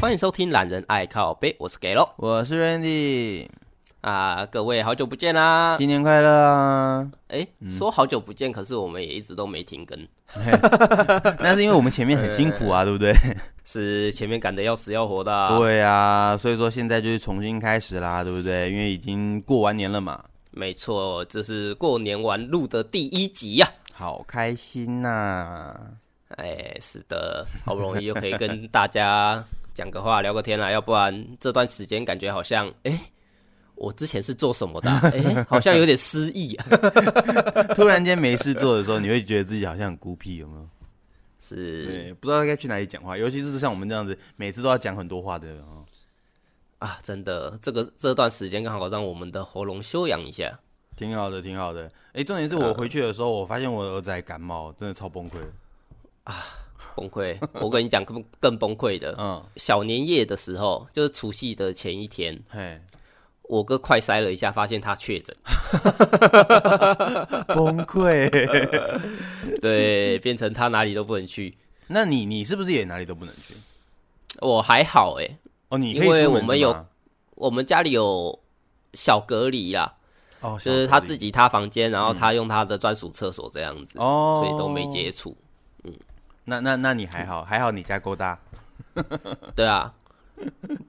欢迎收听《懒人爱靠背》，我是 Gelo 我是 Randy，啊，各位好久不见啦！新年快 乐啊！哎，说好久不见，可是我们也一直都没停更，那是因为我们前面很辛苦哎啊，对不对？是前面赶得要死要活的、啊。对啊，所以说现在就是重新开始啦，对不对？因为已经过完年了嘛，没错，这是过年完录的第一集呀、好开心呐、 哎，是的，好不容易又可以跟大家讲个话、聊个天啦，要不然这段时间感觉好像，哎，我之前是做什么的啊？哎，好像有点失忆啊。突然间没事做的时候，你会觉得自己好像很孤僻，有没有？是对，不知道该去哪里讲话，尤其是像我们这样子，每次都要讲很多话的人哦。啊，真的，这个这段时间刚好让我们的喉咙休养一下。挺好的，挺好的。哎，重点是啊我回去的时候，我发现我儿子还感冒，真的超 崩溃。崩溃，我跟你讲更更崩溃的，嗯，小年夜的时候，就是除夕的前一天，嘿，我哥快筛了一下，发现他确诊，崩溃。 对，变成他哪里都不能去。那你你是不是也哪里都不能去？我还好诶、哦，你因可以出门为我是们有吗我们家里有小隔离啦，哦，就是小他隔离自己他房间，然后他用他的专属厕所这样子，哦，所以都没接触。那那那你还好，还好你家够大。哦对啊，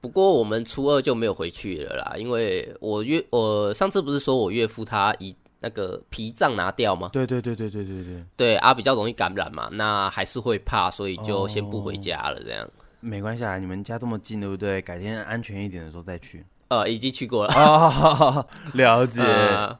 不过我们初二就没有回去了啦，因为我岳我上次不是说我岳父他一那个脾脏拿掉吗？对对对对对对对，对啊，比较容易感染嘛，那还是会怕，所以就先不哦回家了。这样，没关系啊，你们家这么近，对不对？改天安全一点的时候再去。呃，已经去过了。哦， 了解。呃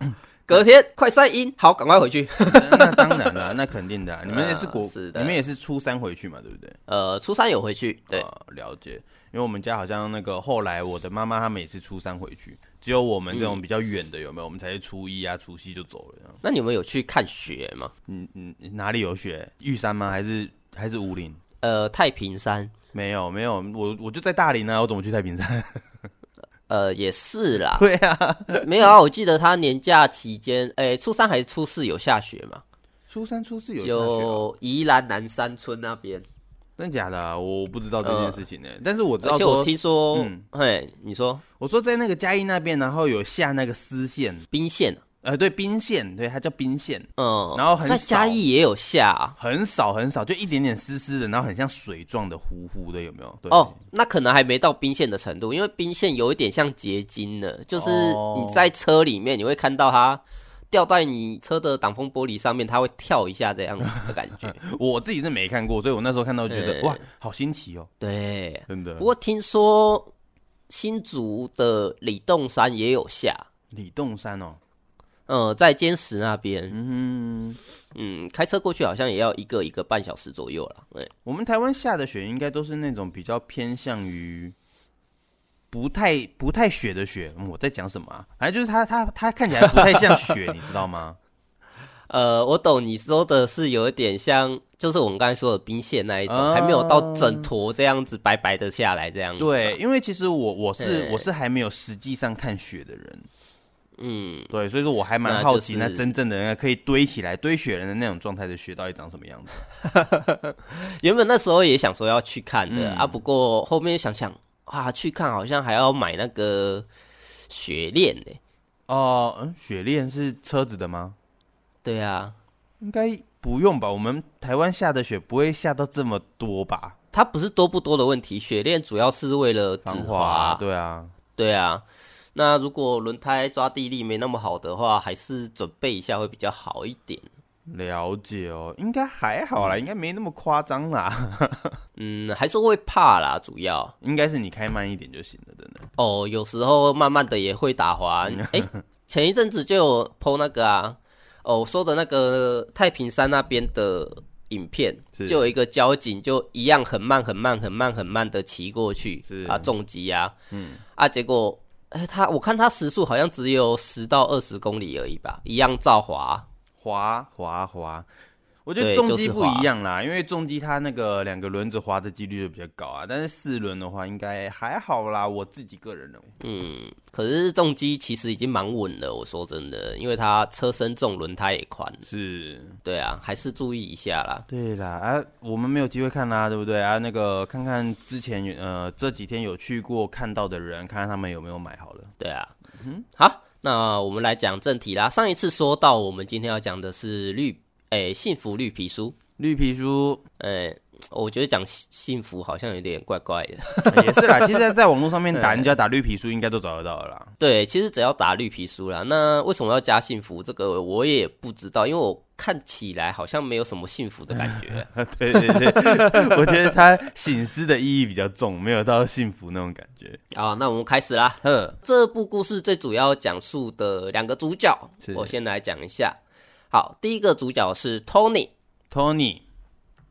隔天快晒阴，好，赶快回去。那那当然了，那肯定的啊、你们也是国，啊是的你们也是初三回去嘛，对不对？呃，初三有回去，对，啊了解。因为我们家好像那个后来我的妈妈他们也是初三回去，只有我们嗯这种比较远的有没有？我们才是初一啊、除夕就走了这样。那你们有去看雪吗？嗯嗯，哪里有雪？玉山吗？还是还是五岭？呃，太平山，没有没有，我我就在大林啊，我怎么去太 平山？，呃，也是啦对啊，没有啊。我记得他年假期间，哎、初三还是初四有下雪嘛？ 初三、初四有下雪哦、就宜兰南山村那边，真假的、啊？我不知道这件事情呢、但是我知呃道而且说，我我听说，嗯嘿，你说说在那个嘉义那边，然后有下那个丝线，冰线，啊呃，对，冰线，对，它叫冰线，嗯，然后很在少嘉义也有下、啊，很少很少，就一点点丝丝的，然后很像水状的、糊糊的，有没有？对哦，，那可能还没到冰线的程度，因为冰线有一点像结晶了，就是哦你在车里面你会看到它掉在你车的挡风玻璃上面，它会跳一下这样子的感 觉。我自己是没看过，所以我那时候看到就觉得、哎哇，好新奇哦，对，真的。不过听说新竹的里洞山也有下，李洞山哦，呃，在坚石那边，嗯哼，嗯，开车过去好像也要一个一个半小时左右了。对，我们台湾下的雪应该都是那种比较偏向于不太不太雪的雪。嗯我在讲什么啊？反正就是它它它看起来不太像雪，你知道吗？呃，我懂你说的是有一点像，就是我们刚才说的冰线那一种，啊还没有到整坨这样子白白的下来这样子。 对，，因为其实我我是对我是还没有实际上看雪的人，嗯。对，所以说我还那蛮就好奇那是真正的那可以堆起来堆雪人的那种状态的雪到底长什么样子。原本那时候也想说要去看的、嗯啊，不过后面想想啊，去看好像还要买那个雪链呢、哦、嗯，雪链是车子的吗？对啊，应该不用吧，我们台湾下的雪不会下到这么多吧？它不是多不多的问题，雪链主要是为了止防滑滑，对啊，对啊。那如果轮胎抓地力没那么好的话，还是准备一下会比较好一点。了解哦，应该还好啦，应该没那么夸张啦， 嗯，还是会怕啦，主要应该是你开慢一点就行了，真的。哦，有时候慢慢的也会打滑。嗯哎、前一阵子就有 PO 那个啊，哦，我说的那个太平山那边的影片，是就有一个交警就一样很慢很慢很慢很慢的骑过去是，啊，重击啊，嗯，啊，结果。哎、他我看他时速好像只有十到二十公里而已吧，一样照滑。滑滑滑，我觉得对重就机是不滑一样啦，因为重机它那个两个轮子滑的几率就比较高啊，但是四轮的话应该还好啦，我自己个人认为。嗯，可是重机其实已经蛮稳了，我说真的，因为它车身重，轮胎也宽，是，对啊，还是注意一下啦。对啦，啊，我们没有机会看啦，对不对啊？那个看看之前呃这几天有去过看到的人，看看他们有没有买好了。对啊，好，那我们来讲正题啦。上一次说到，我们今天要讲的是绿，诶、幸福绿皮书。绿 皮书、诶、我觉得讲幸幸福好像有点怪怪的。 呃也是啦，其实在在网络上面打，你只要打绿皮书，应该都找得到的啦。对，其实只要打绿皮书啦。那为什么要加幸福？这个我也不知道，因为我看起来好像没有什么幸福的感觉。 对对对， 我觉得它醒狮的意义比较重，没有到幸福那种感觉。啊，那我们开始啦。呵，这部故事最主要讲述的两个主角是，我先来讲一下。好，第一个主角是 Tony， Tony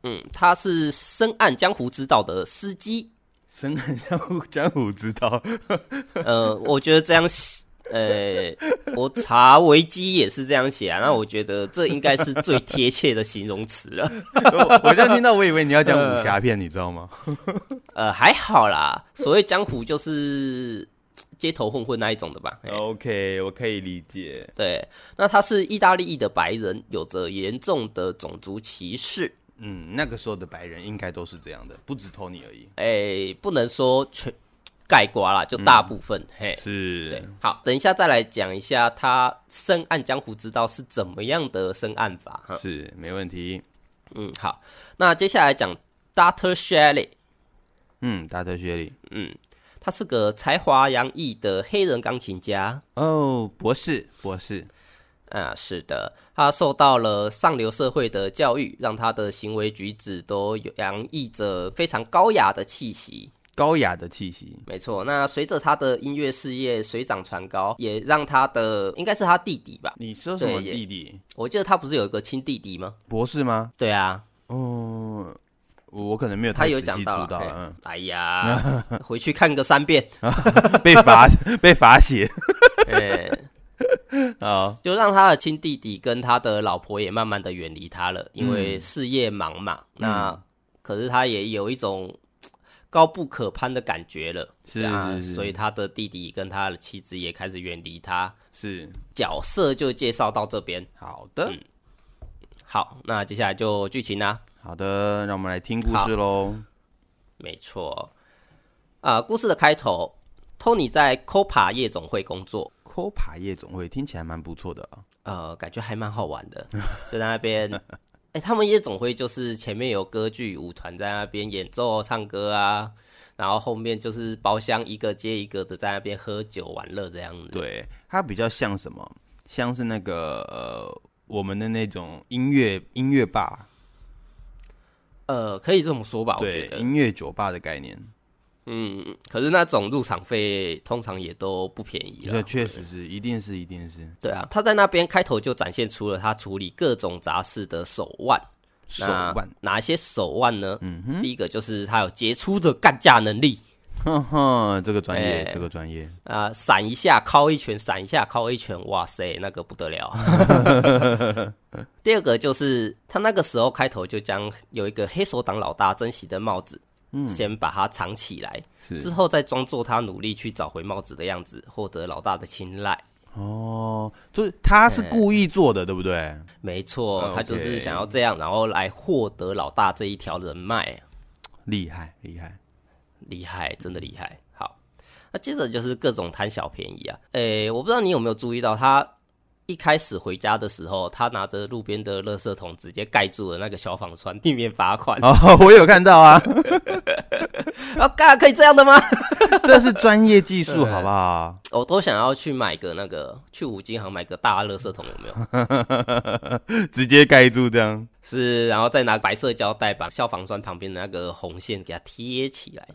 嗯，他是深谙江湖之道的司机。深谙江湖江湖之道， 呃，我觉得这样写，呃，我查维基也是这样写啊。那我觉得这应该是最贴切的形容词了。我我刚听到，我以为你要讲武侠片，你知道 吗？呃，还好啦。所谓江湖就是街头混混那一种的吧。哎 OK，我可以理解。对，那他是意大利裔的白人，有着严重的种族歧视。嗯，那个时候的白人应该都是这样的，不止 Tony 而已。哎、不能说全盖瓜啦，就大部分。嘿，对是，，好，等一下再来讲一下他深谙江湖之道是怎么样的深谙法哈。是没问题。嗯，好，那接下来讲 Doctor Shelley，嗯，大特学里他是个才华洋溢的黑人钢琴家。哦，博士，博士，啊，是的，他受到了上流社会的教育，让他的行为举止都有洋溢着非常高雅的气息。高雅的气息。没错，那随着他的音乐事业水涨船高，也让他的应该是他弟弟吧？你说什么对也弟弟？我记得他不是有一个亲弟弟吗？博士吗？对啊，哦，我我可能没有他太有仔讲细啊注到到嗯嘿了，哎呀，回去看个三遍。嗯， 被罚被罚写哎啊，就让他的亲弟弟跟他的老婆也慢慢的远离他嗯了，因为事业忙嘛。那可是他也有一种嘖高不可攀的感觉了，是啊是是所以他的弟弟跟他的妻子也开始远离他。是角色就介绍到这边，好的，嗯好，那接下来就剧情啦、好的，让我们来听故好事喽。没错，啊、故事的开头，Tony 在 Copa 夜总会工作， Copa 夜总会听起来蛮不错的啊，呃，感觉还蛮好玩的， 就在那边。哎、他们夜总会就是前面有歌剧舞团在那边演奏、唱歌啊，然后后面就是包厢一个接一个的在那边喝酒玩乐这样子。对，它比较像什么？像是那个呃，我们的那种音乐音乐吧，呃，可以这么说吧，我觉对，得。音乐酒吧的概念。嗯，可是那种入场费通常也都不便宜这了。确实是，一定是，一定是对啊，他在那边开头就展现出了他处理各种杂事的手腕。手那腕。哪些手腕呢？嗯第一个就是他有杰出的干架能力。哼哼，这个专业，哎这个专业，啊、闪一下，敲一拳，闪一下，敲一拳，哇塞，那个不得了。 第二个就是他那个时候开头就将有一个黑手党老大珍惜的帽子，嗯，先把它藏起来，之是后再装作他努力去找回帽子的样子，获得老大的青睐。哦，就是他是故意做的，对不对？没错，啊 OK 他就是想要这样，然后来获得老大这一条人脉，厉害，厉害，厉害，真的厉害。好，那接着就是各种贪小便宜啊。诶，我不知道你有没有注意到，他一开始回家的时候，他拿着路边的垃圾桶直接盖住了那个消防栓，避免罚款。哦， 我有看到啊，啊，干可以这样的吗？ 这是专业技术，好不好？ 我都想要去买个那个，去五金行买个大垃圾桶，有没有？直接盖住这样，是，然后再拿白色胶带把消防栓旁边的那个红线给它贴起来。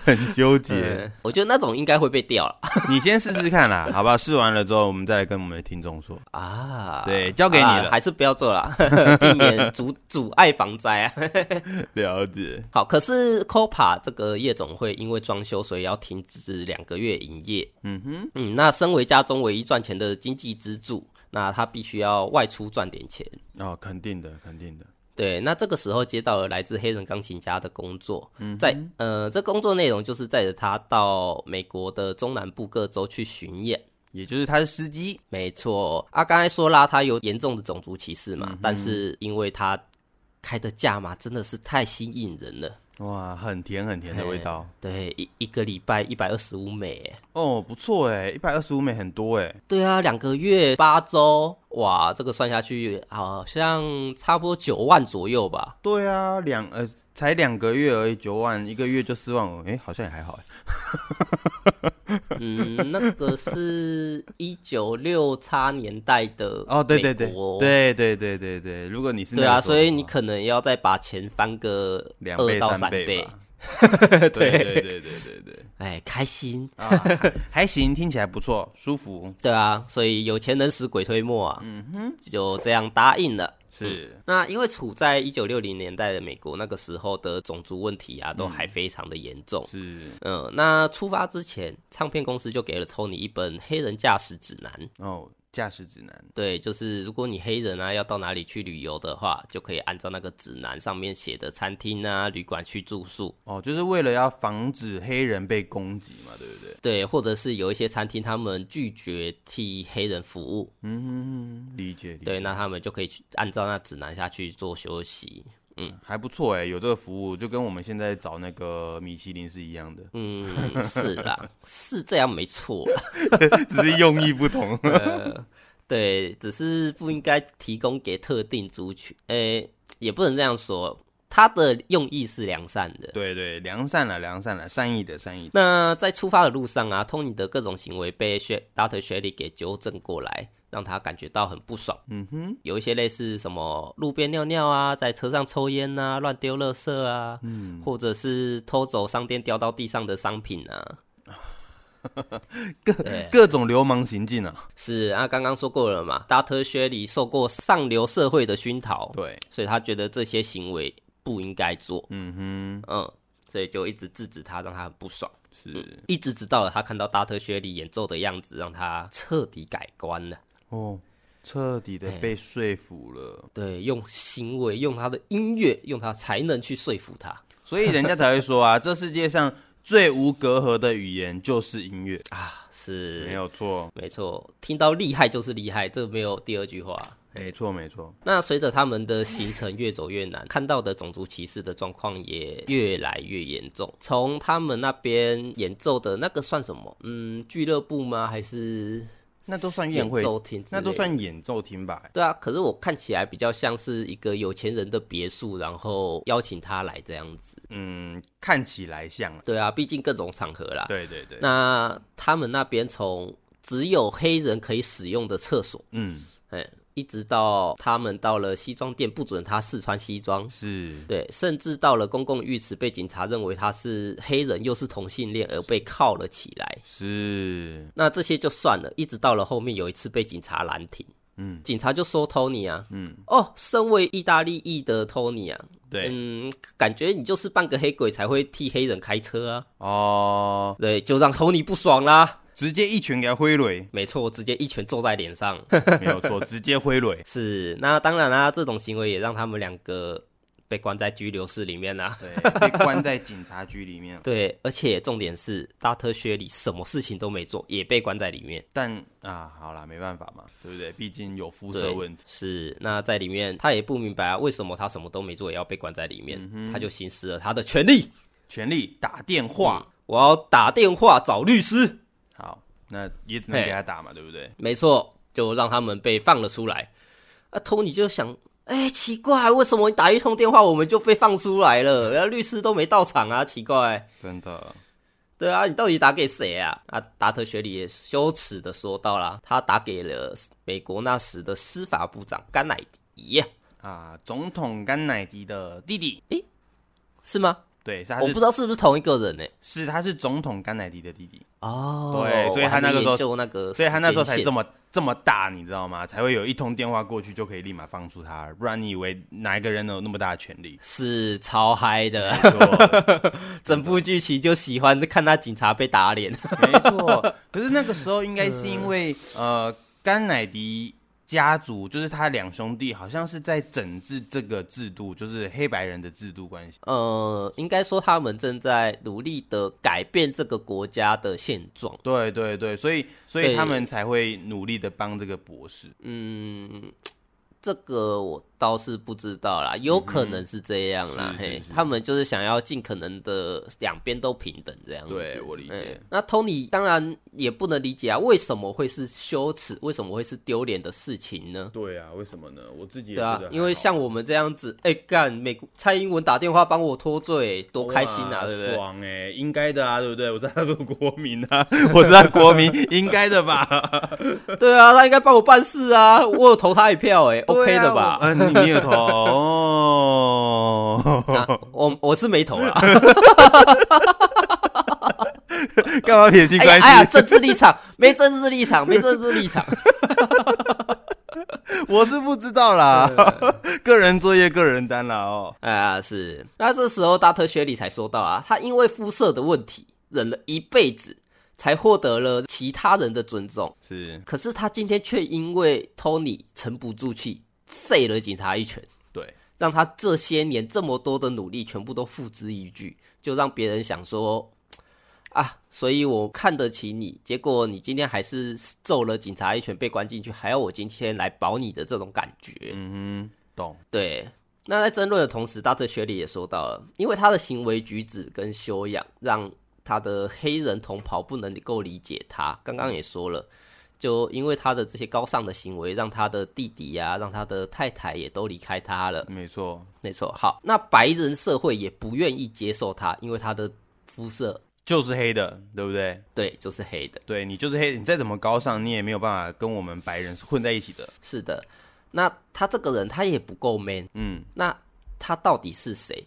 很纠结。嗯我觉得那种应该会被掉了 你先试试看啦，好不好？试完了之后，我们再来跟我们的听众说。啊。对交给你了啊 还是不要做了， 避免阻阻碍防灾啊。了解，好，可是 Copa 这个夜总会因为装修，所以要停止两个月营业。嗯哼，嗯，那身为家中唯一赚钱的经济支柱，那他必须要外出赚点钱。哦，肯定的，肯定的。对，那这个时候接到了来自黑人钢琴家的工作，在呃，这工作内容就是载着他到美国的中南部各州去巡演。也就是他是司机，没错啊，刚才说啦，他有严重的种族歧视嘛，但是因为他开的价码真的是太吸引人了，哇，很甜很甜的味道。对，一一个礼拜一百二十五美耶，哦，不错哎，一百二十五美很多哎，对啊，两个月八周，哇，这个算下去好像差不多九万左右吧。对啊，两呃才两个月而已，九万一个月就四万五，哎，好像也还好哎。 嗯，那个是一九六叉年代的哦，对对对美国，对对对对对，如果你是对那啊，个时候所以的你话可能要再把钱翻个两二倍到三倍 吧。对对对对对对哎，开心，啊， 还行，听起来不错，舒服。对啊，所以有钱能使鬼推磨啊，嗯哼，就这样答应了。是，那因为处在一九六零年代的美国，那个时候的种族问题啊，都嗯还非常的严重。是嗯、那出发之前，唱片公司就给了抽你一本黑人驾驶指南。哦，驾驶指南对，就是如果你黑人啊要到哪里去旅游的话，就可以按照那个指南上面写的餐厅啊、旅馆去住宿。哦，就是为了要防止黑人被攻击嘛，对不对？对，或者是有一些餐厅他们拒绝替黑人服务，嗯，理解理解，对，那他们就可以去按照那指南下去做休息。还不错哎，有这个服务，就跟我们现在找那个米其林是一样的， 嗯，是啦，是这样没错啦。只是用意 不同。对，只是不应该提供给特定族群，诶、也不能这样说，它的用意是良善的。对对，良善了，良善了，善意的，善意的。那在出发的路上啊，托尼的各种行为被雪 Dr. 雪莉给纠正过来，让他感觉到很不爽。嗯哼，有一些类似什么路边尿尿啊，在车上抽烟呐、乱丢垃圾啊，或者是偷走商店掉到地上的商品啊。各种流氓行径啊，是啊，刚刚说过了嘛，Dr. 薛里受过上流社会的熏陶，对，所以他觉得这些行为不应该做，嗯嗯，所以就一直制止他，让他很不爽，哼，是一直直到了他看到 Dr. 薛里演奏的样子，让他彻底改观了。哦，彻底的被说服了，对，用行为，用他的音乐，用他才能去说服他所以人家才会说啊，这世界上最无隔阂的语言就是音乐，啊，是没有错，没错，听到厉害就是厉害，这没有第二句话。没错，没错，那随着他们的行程越走越难，看到的种族歧视的状况也越来越严重。从他们那边演奏的那个算什么？嗯，俱乐部吗？还是那都算宴演会，奏厅之类那的？都算演奏厅吧？对啊。可是我看起来比较像是一个有钱人的别墅，然后邀请他来这样子。嗯，看起来像了，对啊，毕竟各种场合啦。对对对，啊那他们那边从只有黑人可以使用的厕所。嗯，哎，一直到他们到了西装店，不准他试穿西装，是对，甚至到了公共浴池，被警察认为他是黑人又是同性恋而被铐了起来。是，那这些就算了，一直到了后面有一次被警察拦停，嗯警察就说托尼啊，嗯，哦，身为意大利裔的托尼啊，对，嗯，感觉你就是半个黑鬼才会替黑人开车啊，哦，对，就让托尼不爽啦。，直接一拳给他挥雷没错，直接一拳揍在脸上。没有 错，直接挥雷。是，那当然啦、这种行为也让他们两个被关在拘留室里面啦、对，被关在警察局里面， 对，而且重点是，大特薛里什么事情都没做，也被关在里面。但啊，好啦，没办法嘛，对不对？毕竟有肤色对问题。是，那在里面他也不明白、啊、为什么他什么都没做也要被关在里面，他就行使了他的权利。权利打电话，我要打电话找律师。好，那也只嗯能嘿给他打嘛，对不对？没错，就让他们被放了出来。啊，托尼就想，哎、奇怪，为什么你打一通电话我们就被放出来了？然后律师都没到场啊，奇怪。真的，对啊，你到底打给谁啊？啊，达特学里也羞耻的说到啦，他打给了美国那时的司法部长甘乃迪，啊，总统甘乃迪的弟弟，是吗？对，是他我不是知道是不是同一个人呢、是他是总统甘乃迪的弟弟，哦，对所以他那个时我还没候研究那个，所以他那时候才这么。？么这么大，你知道吗？才会有一通电话过去就可以立马放出他，不然你以为哪一个人能有那么大的权利 是超嗨 的，没错整部剧情就喜欢看他警察被打脸。 没错，可是那个时候应该是因为呃，甘乃迪家族，就是他两兄弟，好像是在整治这个制度，就是黑白人的制度关系。呃，应该说他们正在努力的改变这个国家的现状。对对对，所以所以他们才会努力的帮这个博士。嗯，这个我倒是不知道啦，有可能是这样啦。嗯是是嘿是，他们就是想要尽可能的两边都平等这样子。对我理解嗯那 Tony 当然也不能理解啊，为什么会是羞耻，为什么会是丢脸的事情呢？对啊，为什么呢？我自己也对啊觉得，还因为好像我们这样子，哎、干，美国蔡英文打电话帮我脱罪，多开心啊，哇对不对？爽哎、应该的啊，对不对？我是他的国民 啊，我是他的国民，应该的 吧对啊，他应该帮我办事啊，我有投他一票、哎、o 对 k 啊的吧？我嗯、你你有投哦？ 那我我是没投啊啦，干嘛撇清哎关呀系？哎呀，政治立场没政治立 场，没政治立场，我是不知道啦，个人作业个人担啦哦。哎呀是。那这时候大特学里才说到啊，他因为肤色的问题忍了一辈子，才获得了其他人的尊重，是可是他今天却因为 Tony 沉不住气，塞了警察一拳。对，让他这些年这么多的努力全部都付之一炬，就让别人想说啊，所以我看得起你，结果你今天还是揍了警察一拳被关进去，还要我今天来保你的这种感觉。嗯哼，懂。对，那在争论的同时，大醉学里也说到了，因为他的行为举止跟修养，让他的黑人同袍不能够理解他。刚刚也说了。就因为他的这些高尚的行为，让他的弟弟呀、让他的太太也都离开他了。没错，没错，好，那白人社会也不愿意接受他，因为他的肤色就是黑的，对不对？对就是黑的，对你就是黑的，你再怎么高尚，你也没有办法跟我们白人是混在一起的。是的。那他这个人他也不够 man，嗯，那他到底是谁？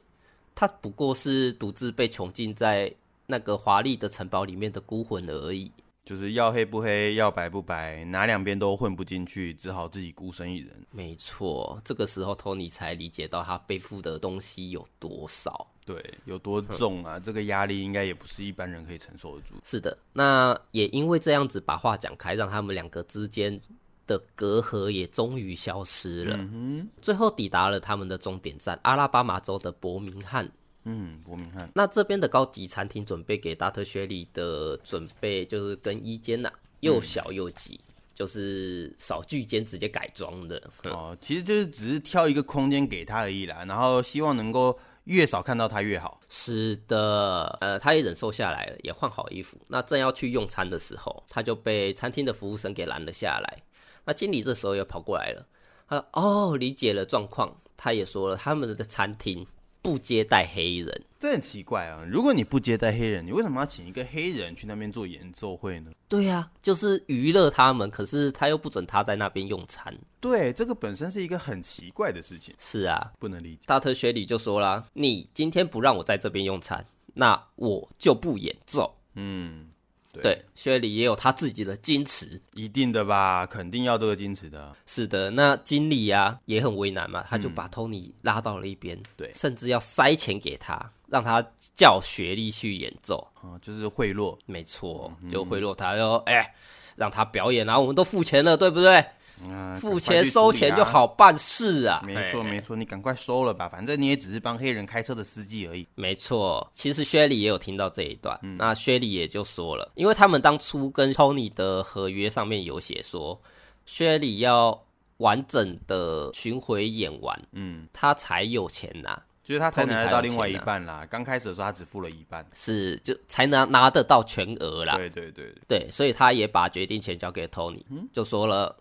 他不过是独自被囚禁在那个华丽的城堡里面的孤魂而已。就是要黑不黑，要白不白，哪两边都混不进去，只好自己孤身一人。没错，这个时候托尼才理解到他背负的东西有多少。对，有多嗯重啊？这个压力应该也不是一般人可以承受得住。是的，那也因为这样子把话讲开，让他们两个之间的隔阂也终于消失了。嗯最后抵达了他们的终点站——阿拉巴马州的伯明翰。嗯，伯明翰，那这边的高级餐厅准备给达特学里的准备就是跟一间呐、又小又挤，就是少聚间直接改装的。嗯哦，其实就是只是挑一个空间给他而已啦，然后希望能够越少看到他越好。是的，呃，他也忍受下来了，也换好衣服。那正要去用餐的时候，他就被餐厅的服务生给拦了下来。那经理这时候也跑过来了，他说哦理解了状况，他也说了他们的餐厅不接待黑人。这很奇怪啊！如果你不接待黑人，你为什么要请一个黑人去那边做演奏会呢？对呀、就是娱乐他们，可是他又不准他在那边用餐。对，这个本身是一个很奇怪的事情，是啊，不能理解。大特学里就说啦，你今天不让我在这边用餐，那我就不演奏。嗯，对，对，学里也有他自己的矜持。一定的吧，肯定要这个矜持的。是的，那经理啊也很为难嘛，他就把托尼拉到了一边，嗯对甚至要塞钱给他，让他叫学历去演奏，啊，就是贿赂，没错，嗯就贿赂他，说哎、让他表演啊，我们都付钱了，对不对？啊付钱收钱就。好办事啊，赶快去处理啊没错哎没错，你赶快收了吧，反正你也只是帮黑人开车的司机而已。没错，其实薛里也有听到这一段，那薛里也就说了，因为他们当初跟 Tony 的合约上面有写说，薛里要完整的巡回演完，嗯，他才有钱拿、就是他才 Tony 拿才得有到另外一钱啊半啦。刚开始的时候他只付了一半。是啊就才能拿得到全额啦。对对对，对对所以他也把决定权交给 Tony，、就说了，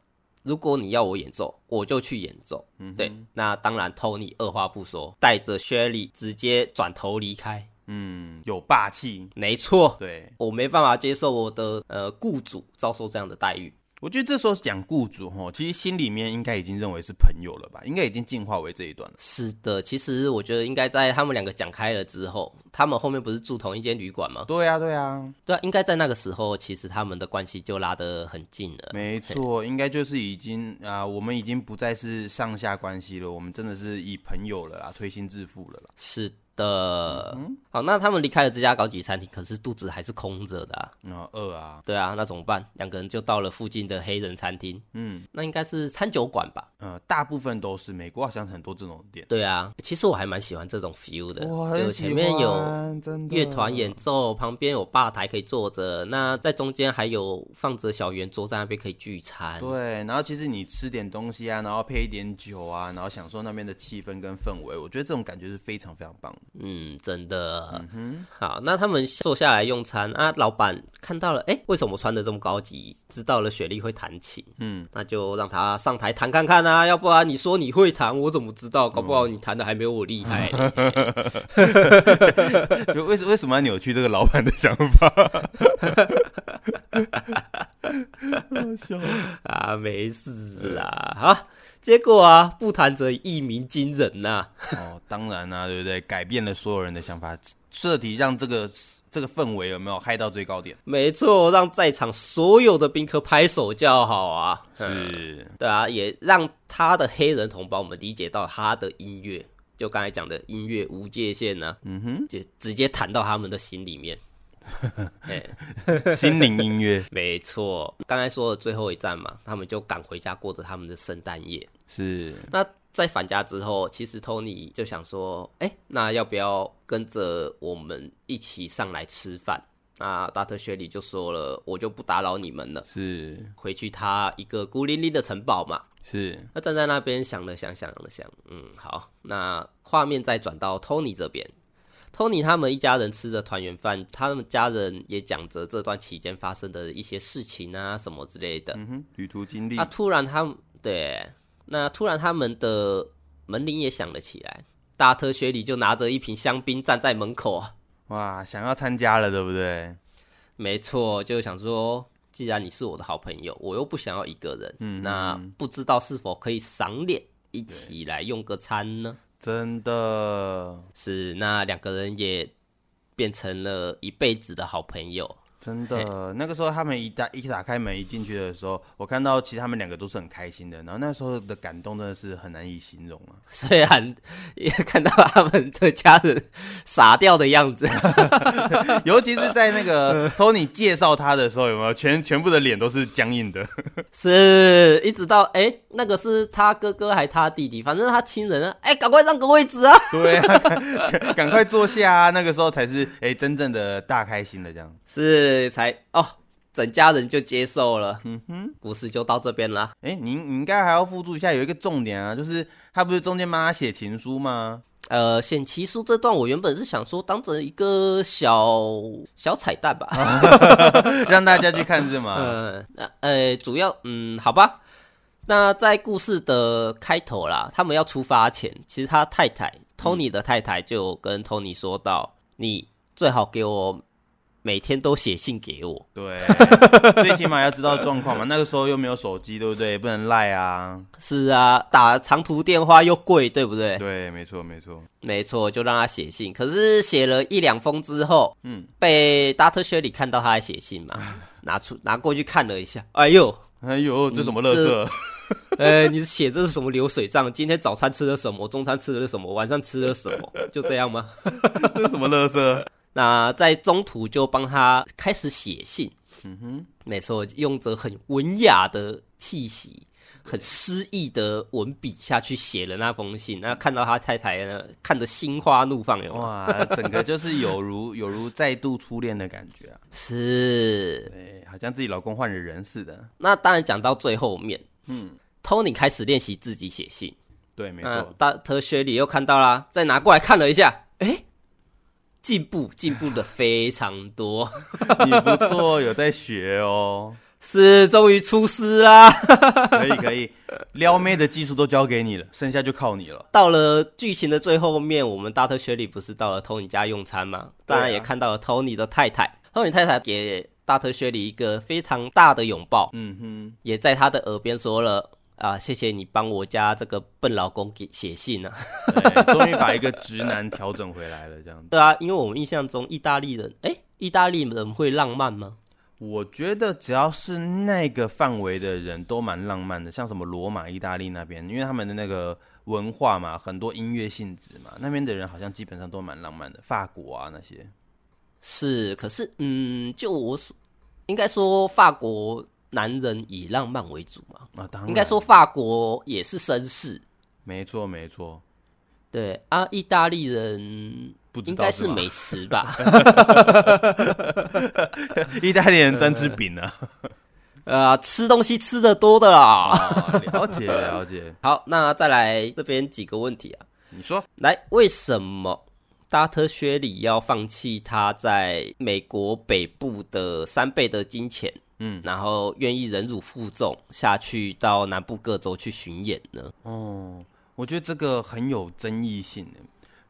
如果你要我演奏，我就去演奏。对，那当然 Tony 二话不说，带着 Sherry 直接转头离开。嗯，有霸气。没错，对，我没办法接受我的呃雇主遭受这样的待遇。我觉得这时候讲雇主吼，其实心里面应该已经认为是朋友了吧，应该已经进化为这一段了。是的，其实我觉得应该在他们两个讲开了之后，他们后面不是住同一间旅馆吗？对啊对啊，对啊，应该在那个时候，其实他们的关系就拉得很近了。没错，应该就是已经啊、我们已经不再是上下关系了，我们真的是以朋友了啦，推心置腹了啦。是的。好，那他们离开了这家高级餐厅，可是肚子还是空着的、啊。然后饿啊，对啊，那怎么办？两个人就到了附近的黑人餐厅，嗯，那应该是餐酒馆吧？呃，大部分都是美国好像很多这种店，对啊，其实我还蛮喜欢这种 feel 的，我就很喜前欢，面有真的乐团演奏，旁边有吧台可以坐着，那在中间还有放着小圆桌，在那边可以聚餐。对，然后其实你吃点东西啊，然后配一点酒啊，然后享受那边的气氛跟氛围，我觉得这种感觉是非常非常棒的。嗯，真的。好，那他们坐下来用餐啊，老板看到了，哎、为什么我穿的这么高级？知道了雪莉会弹琴，嗯，那就让她上台弹看看啊，要不然你说你会弹，我怎么知道？搞不好嗯你弹的还没有我厉 害、就为什 为什么要扭曲这个老板的想法？好笑啊，没事啦。好，结果啊，不弹则一鸣惊人呐、哦，当然啦、对不对？改变了所有人的想法，彻底让这个这个氛围有没有嗨到最高 点？没错，让在场所有的宾客拍手叫好啊！是，对啊，也让他的黑人同胞们理解到他的音乐，就刚才讲的音乐无界限呢、嗯哼，就直接弹到他们的心里面。哎，心灵音乐没错，刚才说的最后一站嘛，他们就赶回家过着他们的圣诞夜。是，那在返家之后，其实 Tony 就想说，哎、那要不要跟着我们一起上来吃饭？那达特雪里就说了，我就不打扰你们了，是，回去他一个孤零零的城堡嘛。是，他站在那边想了想，想了想，嗯，好，那画面再转到 Tony 这边。Tony 他们一家人吃着团圆饭，他们家人也讲着这段期间发生的一些事情啊，什么之类的。嗯哼，旅途经历那、，突然他们对，那突然他们的门铃也响了起来，达特学里就拿着一瓶香槟站在门口。啊哇，想要参加了，对不对？没错，就想说，既然你是我的好朋友，我又不想要一个人，嗯那不知道是否可以赏脸一起来用个餐呢？真的，是，那两个人也变成了一辈子的好朋友。真的，那个时候他们一打一打开门一进去的时候，我看到其实他们两个都是很开心的，然后那时候的感动真的是很难以形容啊， 虽然也看到他们的家人傻掉的样子，尤其是在那 个 Tony 介绍他的时候，有没有全全部的脸都是僵硬的？ 是一直到哎、诶那个是他哥哥还他弟弟，反正他亲人啊，哎、赶快让个位置啊！对啊，赶赶快坐下啊！那个时候才是哎、真正的大开心的这样。是才哦，整家人就接受了。嗯哼，故事就到这边啦。哎、你你应该还要附注一下有一个重点啊，就是他不是中间帮他写情书吗？呃，显奇书这段我原本是想说当成一个小小彩蛋吧。 让大家去看是吗？呃，那呃，主要嗯，好吧。那在故事的开头啦，他们要出发前，其实他太太 Tony 的太太就有跟 Tony 说到，你最好给我每天都写信给我。对，最起码要知道状况嘛。那个时候又没有手机，对不对？不能赖啊。是啊，打长途电话又贵，对不对？对，没错，没错。没错，就让他写信。可是写了一两封之后，嗯，被达特雪里看到他在写信 嘛，拿出拿过去看了一下，哎呦，哎呦，这什么乐色？呃，你写这是什么流水账？今天早餐吃了什么？中餐吃了什么？晚上吃了什 么？就这样吗？ 这是什么乐色？那在中途就帮他开始写信， 嗯哼，没错，用着很文雅的气息。很诗意的文笔下去写了那封信，那看到他太太呢，看得心花怒放有吗？哇，整个就是有如有如再度初恋的感觉啊。是，对，好像自己老公换了人似的。那当然讲到最后面，嗯，Tony 开始练习自己写信，对，没那错。大特学里又看到啦，再拿过来看了一下，诶，进步进步的非常多，你不错，有在学 哦。是终于出师啦。可以可以，撩妹的技术都交给你了，剩下就靠你了。到了剧情的最后面，我们大特学里不是到了 Tony 家用餐吗？对当啊然也看到了 Tony 的太太，Tony 太太给大特学里一个非常大的拥抱，嗯也在他的耳边说了。啊，谢谢你帮我家这个笨老公给写信啊！ 哼，对终于把一个直男调整回来了，这样子。对啊，因为我们印象中意大利人，哎，意大利人会浪漫吗？我觉得只要是那个范围的人都蛮浪漫的，像什么罗马、意大利那边，因为他们的那个文化嘛，很多音乐性质嘛，那边的人好像基本上都蛮浪漫的，法国啊那些。是，可是嗯，就我所应该说，法国男人以浪漫为主嘛，啊，当然应该说法国也是绅士，没错没错，对啊，意大利人不知应道该是是吗 美食吧？ 意大利人专吃饼啊，呃，吃东西吃的多的啦。啊了解了解。好，那再来这边几个问题啊，你说来，为什么达特薛里要放弃他在美国北部的三倍的金钱？嗯，然后愿意忍辱负重下去到南部各州去巡演呢？哦，我觉得这个很有争议性的。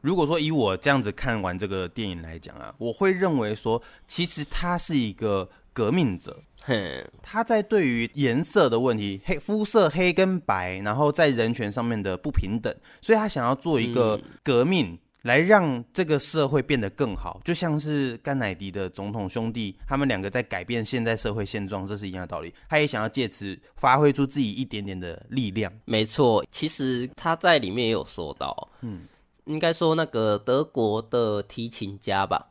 如果说以我这样子看完这个电影来讲啊，我会认为说，其实他是一个革命者，哼，他在对于颜色的问题、黑肤色黑跟白，然后在人权上面的不平等，所以他想要做一个革命。来让这个社会变得更好，就像是甘乃迪的总统兄弟，他们两个在改变现在社会现状，这是一样的道理。他也想要借此发挥出自己一点点的力量。没错，其实他在里面也有说到，嗯，应该说那个德国的提琴家吧，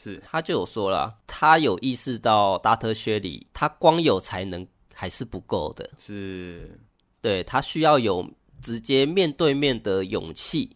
是，他就有说了，他有意识到达特薛里，他光有才能还是不够的，是，对他需要有直接面对面的勇气，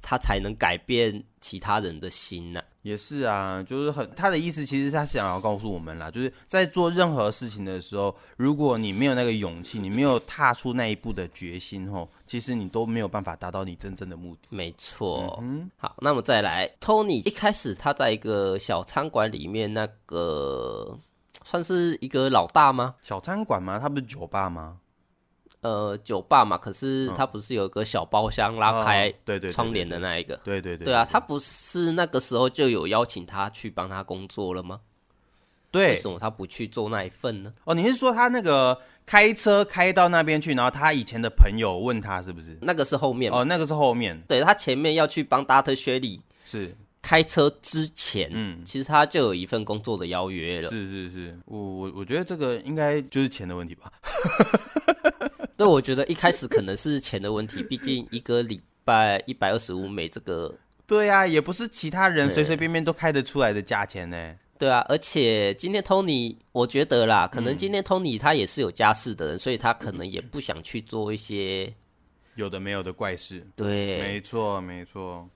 他才能改变其他人的心呐、也是啊，就是很他的意思，其实他想要告诉我们啦，就是在做任何事情的时候，如果你没有那个勇气，你没有踏出那一步的决心吼，其实你都没有办法达到你真正的目的。没错，好，那么再来，Tony 一开始他在一个小餐馆里面，那个算是一个老大吗？小餐馆吗？它不是酒吧吗？呃酒吧嘛，可是他不是有个小包厢拉开嗯哦对对对窗帘的那一个？对对对，对啊，他不是那个时候就有邀请他去帮他工作了吗？为对什么他不去做那一份呢？哦，你是说他那个开车开到那边去，然后他以前的朋友问他是不是？那个是后面嘛，哦，那个是后面对他前面要去帮达特薛里是开车之前，嗯其实他就有一份工作的邀约了。是是是，我我我觉得这个应该就是钱的问题吧。对，我觉得一开始可能是钱的问题，毕竟一个礼拜一百二十五美这个，对呀、也不是其他人随随便便都开得出来的价钱呢。对啊，而且今天 Tony 我觉得啦，可能嗯今天 Tony 他也是有家室的人，所以他可能也不想去做一些有的没有的怪事，对。没错没错，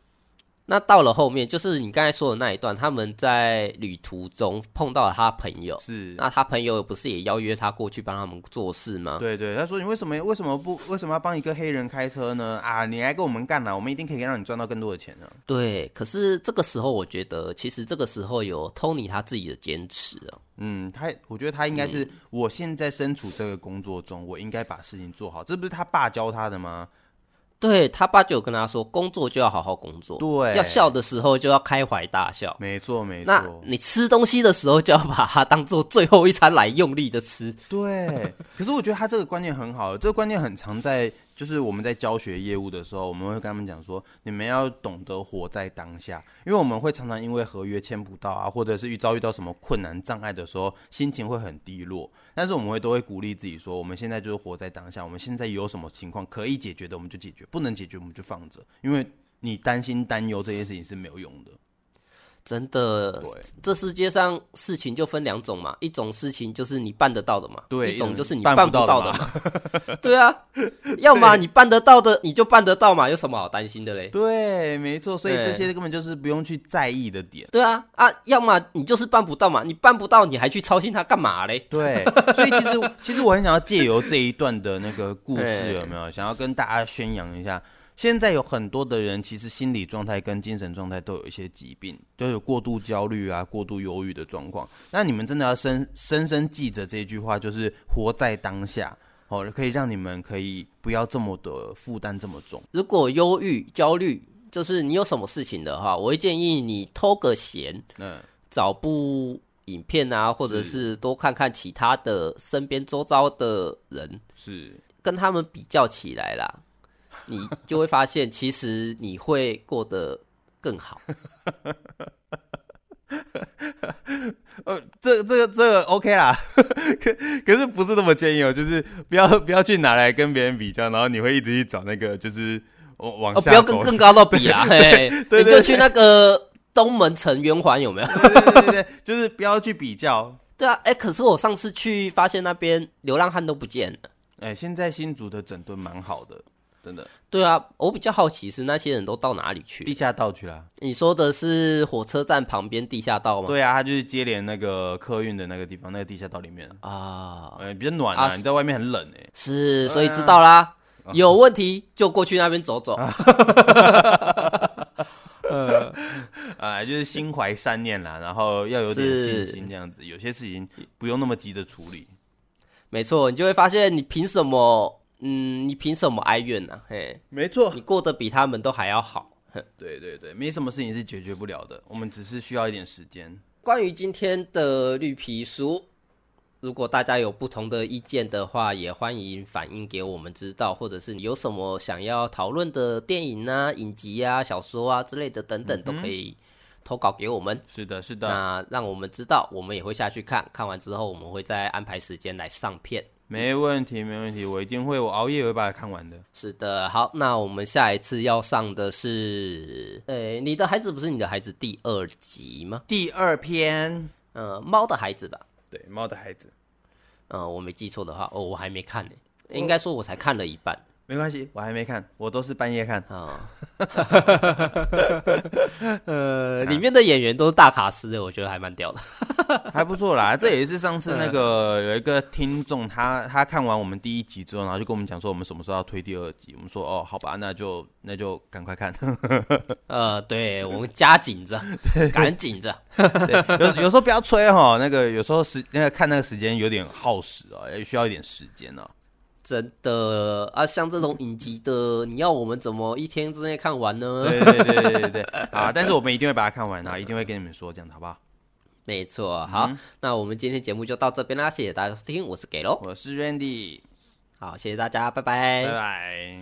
那到了后面，就是你刚才说的那一段，他们在旅途中碰到了他朋友，是，那他朋友不是也邀约他过去帮他们做事吗？对对，他说你为什么为什么不为什么要帮一个黑人开车呢？啊，你来跟我们干啦，我们一定可以让你赚到更多的钱呢、对，可是这个时候，我觉得其实这个时候有 Tony 他自己的坚持啊。嗯，他我觉得他应该是、我现在身处这个工作中，我应该把事情做好，这不是他爸教他的吗？对他爸就有跟他说，工作就要好好工作，对要笑的时候就要开怀大笑。没错没那错，你吃东西的时候就要把它当做最后一餐来用力的吃。对，可是我觉得他这个观念很好，这个观念很常在，就是我们在教学业务的时候，我们会跟他们讲说，你们要懂得活在当下，因为我们会常常因为合约签不到啊，或者是遇遭遇到什么困难障碍的时候，心情会很低落，但是我们会都会鼓励自己说，我们现在就是活在当下，我们现在有什么情况可以解决的我们就解决，不能解决我们就放着，因为你担心担忧这件事情是没有用的。真的对，这世界上事情就分两种嘛，一种事情就是你办得到的嘛，对一种就是你办办不不到到的的嘛。 对啊，要么你办得到的，你就办得到嘛，有什么好担心的嘞？对，没错，所以这对些根本就是不用去在意的点。对啊，啊，要么你就是办不到嘛，你办不到你还去操心它干嘛嘞？对，所以其实其实我很想要借由这一段的那个故哎事，有没有想要跟大家宣扬一下？现在有很多的人其实心理状态跟精神状态都有一些疾病，都有过度焦虑啊、过度忧郁的状况。那你们真的要深深深记着这句话，就是活在当下。哦，可以让你们可以不要这么的负担这么重。如果忧郁、焦虑，就是你有什么事情的话，我会建议你偷个闲，嗯，找部影片啊，或者是多看看其他的身边周遭的人，是跟他们比较起来啦，你就会 发现，其实你会过得更好。呃，这这个这个 OK 啦， 可可是不是那么建议哦，就是不要不要去拿来跟别人比较，然后你会一直去找那个就是往往哦，下不要走跟更高到比啊，嘿，对对你就去那个东门城圆环有 没有？对 对对对，对就是不要去比较。对啊，哎、可是我上次去发现那边流浪汉都不见了。哎、现在新竹的整顿蛮好的，真的，对啊，我比较好奇是那些人都到哪里地去？下道去啦。你说的是火车站旁边地下道吗？对啊，它就是接连那个客运的那个地方，那个地下道里面，啊，呃，比较暖啊。啊你在外面很冷哎、是，所以知道啦。有问题就过去那边走走。啊，就是心怀善念啦，然后要有点信是心，这样子，有些事情不用那么急着处理。没错，你就会发现，你凭什么？嗯，你凭什么哀怨呢、嘿，没错你，过得比他们都还要好。对对对，没什么事情是解决不了的，我们只是需要一点时间。关于今天的绿皮书，如果大家有不同的意见的话，也欢迎反映给我们知道，或者是你有什么想要讨论的电影啊、影集啊、小说啊之类的等等，都可以投稿给我们。是的，是的，那让我们知道，我们也会下去看看完之后，我们会再安排时间来上片。没问题，没问题，我一定会，我熬夜也会把它看完的。是的，好，那我们下一次要上的是，诶、你的孩子不是你的孩子第二集吗？第二篇，呃，猫的孩子吧，对，《猫的孩子》，呃，我没记错的话，哦，我还没看呢、应该说我才看了一半没关系，我还没看，我都是半夜看。啊。呃，里面的演员都是大卡司的，我觉得还蛮屌的。还不错 啦，这也是上次那个有一个听众，他他看完我们第一集之后，然后就跟我们讲说我们什么时候要推第二集，我们说哦，好吧，那就那就赶快看。 呃，对我们加紧 着，赶紧着。对，有有时候不要催哈，那个有时候时那个看那个时间有点耗时哦，也需要一点时间哦。真的啊，像这种影集的，你要我们怎么一天之内看完呢？对对对对对对，啊，但是我们一定会把它看完啊，一定会跟你们说，这样子好不好？没错，好，那我们今天节目就到这边啦，谢谢大家收听，我是给喽，我是 Randy，好，谢谢大家，拜拜拜。